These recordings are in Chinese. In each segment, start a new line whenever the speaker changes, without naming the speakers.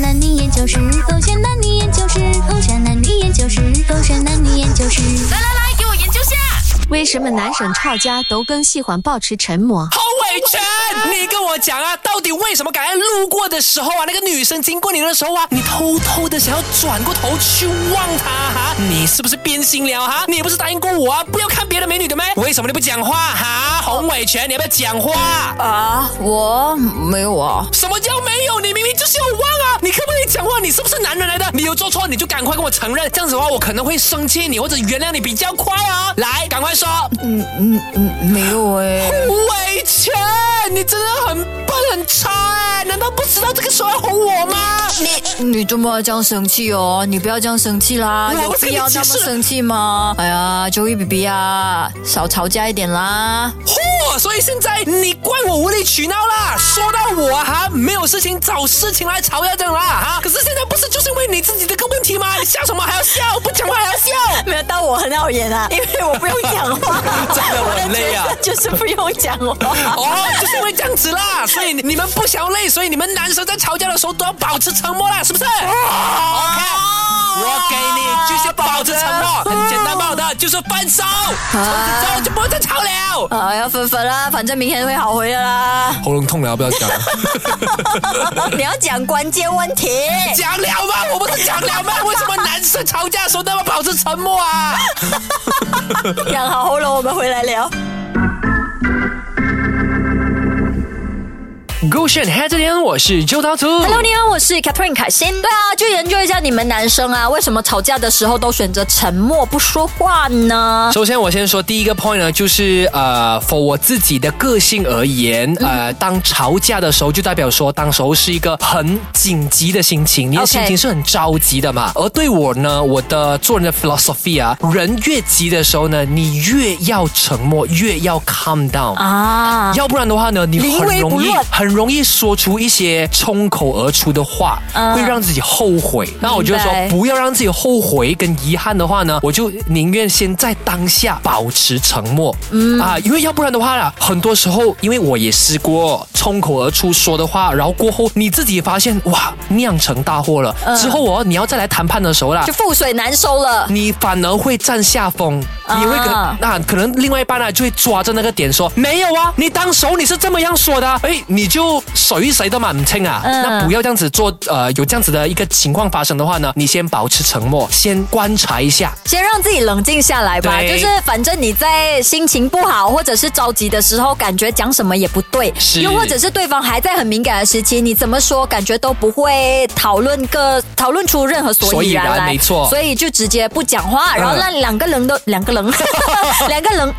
男女研究室，狗选男女研究室，狗选男女研究室，狗选男女研究室。
来来来，给我研究下。
为什么男生吵架都更喜欢保持沉默？
侯伟全，啊你跟我讲啊，到底为什么刚才路过的时候啊，那个女生经过你的时候啊，你偷偷的想要转过头去望她哈、你是不是变心了哈、你不是答应过我啊，不要看别的美女的咩？为什么你不讲话啊哈、洪伟全，你要不要讲话？
啊，我没有啊。
什么叫没有？你明明就是有忘啊！你可不可以讲话？你是不是男人来的？你有做错你就赶快跟我承认，这样子的话我可能会生气你或者原谅你比较快啊！来，赶快说，
嗯嗯嗯，没有哎、
伟全，你真的很笨很差哎、难道不知道这个时候要哄我吗？
你你怎么这样生气哦？你不要这样生气啦，
我
有
不是跟
必
你
要那
解释
么生气吗？哎呀，周一 B B 啊，少吵架一点啦。
嚯、所以现在你怪我无理取闹啦！说到我啊哈，没有事情找事情来吵架这样啦哈！可是现在不是就是因为你自己这个问题吗？你笑什么还要笑？不讲话还要笑？，
没有到我很好演 啊，因为我不用讲话
真的我很累啊
我的角色 就是不用讲话。
哦，就是因为这样子啦，所以你们不想要累，所以你们男生在吵架的时候都要保持沉默啦，是不是、o k 哦我给你就是保持沉默，很简单嘛，我的就是分手，从此之后就不会再吵了。
啊，要分分啦，反正明天会好回的啦。
喉咙痛了，不要讲了。
你要讲关键问 题，
讲了吗？我不是讲了吗？为什么男生吵架的时候那么保持沉默啊？
养好喉咙，我们回来聊。
勾选 h e a d 我是周涛图。
Hello，你好，我是 Catherine 凯欣。对啊，就研究一下你们男生啊，为什么吵架的时候都选择沉默不说话呢？
首先，我先说第一个 point 呢，就是呃，for 我自己的个性而言，呃，当吵架的时候，就代表说，当时候是一个很紧急的心情，你的
OK
心情是很着急的嘛。而对我呢，我的做人的 philosophy 啊，人越急的时候呢，你越要沉默，越要 calm down。
啊，
要不然的话呢，你
临
很
危不
容易
乱
很容易说出一些冲口而出的话，
嗯
会让自己后悔。那我觉得说
明白，
不要让自己后悔跟遗憾的话呢，我就宁愿先在当下保持沉默。嗯啊，因为要不然的话啦，很多时候，因为我也试过冲口而出说的话，然后过后你自己发现哇酿成大祸了，
嗯
之后哦你要再来谈判的时候啦
就。覆水难收了。
你反而会占下风，
啊
你会可能那、可能另外一半呢、就会抓着那个点说没有啊，你当时候你是这么样说的啊，哎，你就谁谁都满清啊，
嗯
那不要这样子做，呃，有这样子的一个情况发生的话呢，你先保持沉默，先观察一下，
先让自己冷静下来吧，
对
就是反正你在心情不好或者是着急的时候，感觉讲什么也不对
是，
又或者是对方还在很敏感的时期，你怎么说感觉都不会讨论个讨论出任何所以然
所以然
来，
没错嗯
所以就直接不讲话，然后让两个人都两个人， 两个人，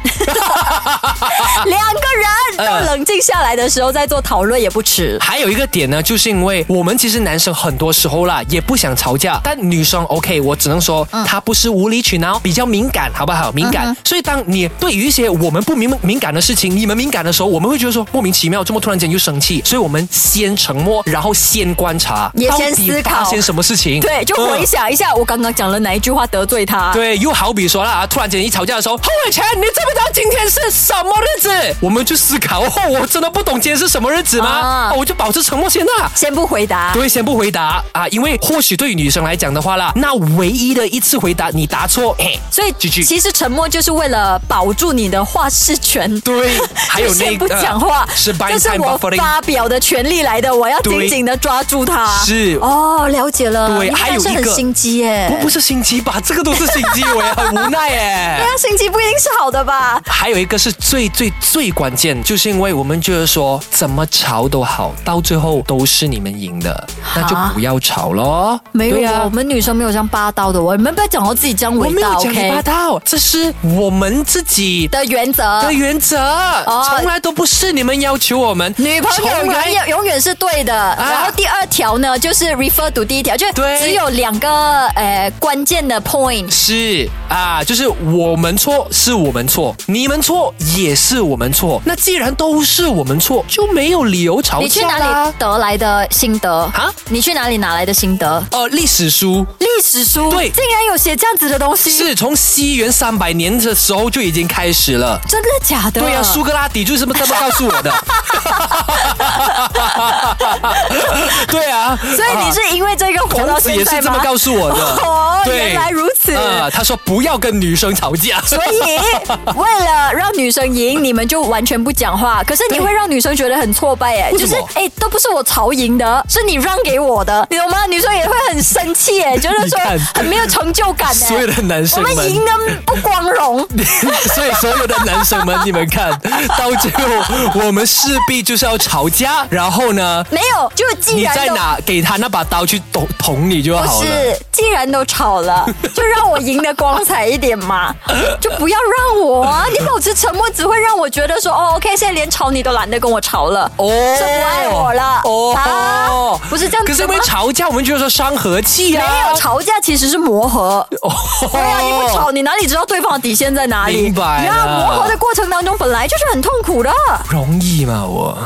两个人都冷静下来的时候再做讨论也不迟。
还有一个点呢，就是因为我们其实男生很多时候啦，也不想吵架，但女生 OK，我只能说、
嗯
她不是无理取闹，比较敏感，好不好？敏感。所以当你对于一些我们不敏敏感的事情，你们敏感的时候，我们会觉得说莫名其妙，这么突然间就生气，所以我们先沉默，然后先观察，
也
到
先
底
思
发
考
生什么事情，
对，就回
嗯
想一下我刚刚讲了哪一句话得罪他。
对，又好比说啦，啊突然间一吵架的时候，侯伟全，你知不知道今天是什么日子？我们去思考，哦，我真的不懂今天是什么日子吗？
啊
哦我就保持沉默先啦、
先不回答。
对，先不回答啊，因为或许对于女生来讲的话啦，那唯一的一次回答你答错，哎，
所以
GG
其实沉默就是为了保住你的话事权。
对，还有那
就
呃啊
先不讲话，
是
这
bind
是
time
我
buffering。
发表的权利来的，我要
对
紧紧的抓住它。
是
哦，了解了。
对
你们
还有
男生
一个
很心机耶，
不不是心机吧？这个都是心 机，我也很无奈哎
对。啊，心机不一定是好的吧？
还有一个是最最最关键，就是因为我们觉得说怎么吵都好，到最后都是你们赢的，那就不要吵咯。
没
对
有，
啊
我们女生没有这样霸道的，我你们不要讲我自己这样
我
伟
没
大
有讲你霸
，OK？
道，这是我们自己
的原则，
的原则，从来都不是你们要求我们
哦女朋友
从
永
来啊
远永远是对的。然后第二条呢，就是 refer to 第一条，就是
对
只有两个呃关键的 point。
是啊，就是我们错是我们错，你们错也是我们错。那既然都是我们错，就没有理有吵
你去
架
哪
啦、
里得来的心得？
啊
你去哪里拿来的心得？
呃，历史书
历史书
对
竟然有写这样子的东西，
是从西元三百年的时候就已经开始了。
真的假的？
对啊呀、苏格拉底就是这么这么告诉 我的。 对啊，
所以你
啊
是因为这个活到
孔子
现
也
在
是这么
吗？
告诉我的。
哦
对
原来如此
啊他说不要跟女生吵架。
所以，为了让女生赢，你们就完全不讲话。可是你会让女生觉得很挫败，哎，
为
就
什
是
么
哎，都不是我吵赢的，是你让给我的，你懂吗？女生也会很生气，哎，觉得
你
说
看
很没有成就感，哎，
所有的男
我
生
们赢
们，
的不光荣。
所以所有的男生们，你们看到最后，我们势必就是要吵架，然后呢，
没有，就既
你
然
再
有
拿给他那把刀去捅捅你就
不
好了。
是，既然都吵 了，就让我赢得光彩一点嘛，就不要让我啊！你保持沉默只会让我觉得说，哦，OK，现在连吵你都懒得跟我吵了，
哦
是不爱我了
哦
啊，不是这样
可
子
是因
吗
为？吵架，我们觉得说伤和气啊。
没有吵架其实是磨合，
哦
对啊，你不吵，你哪里知道对方的底线在哪里？
明白了
呀，磨合的过程当中本来就是很痛苦的。
容易吗？我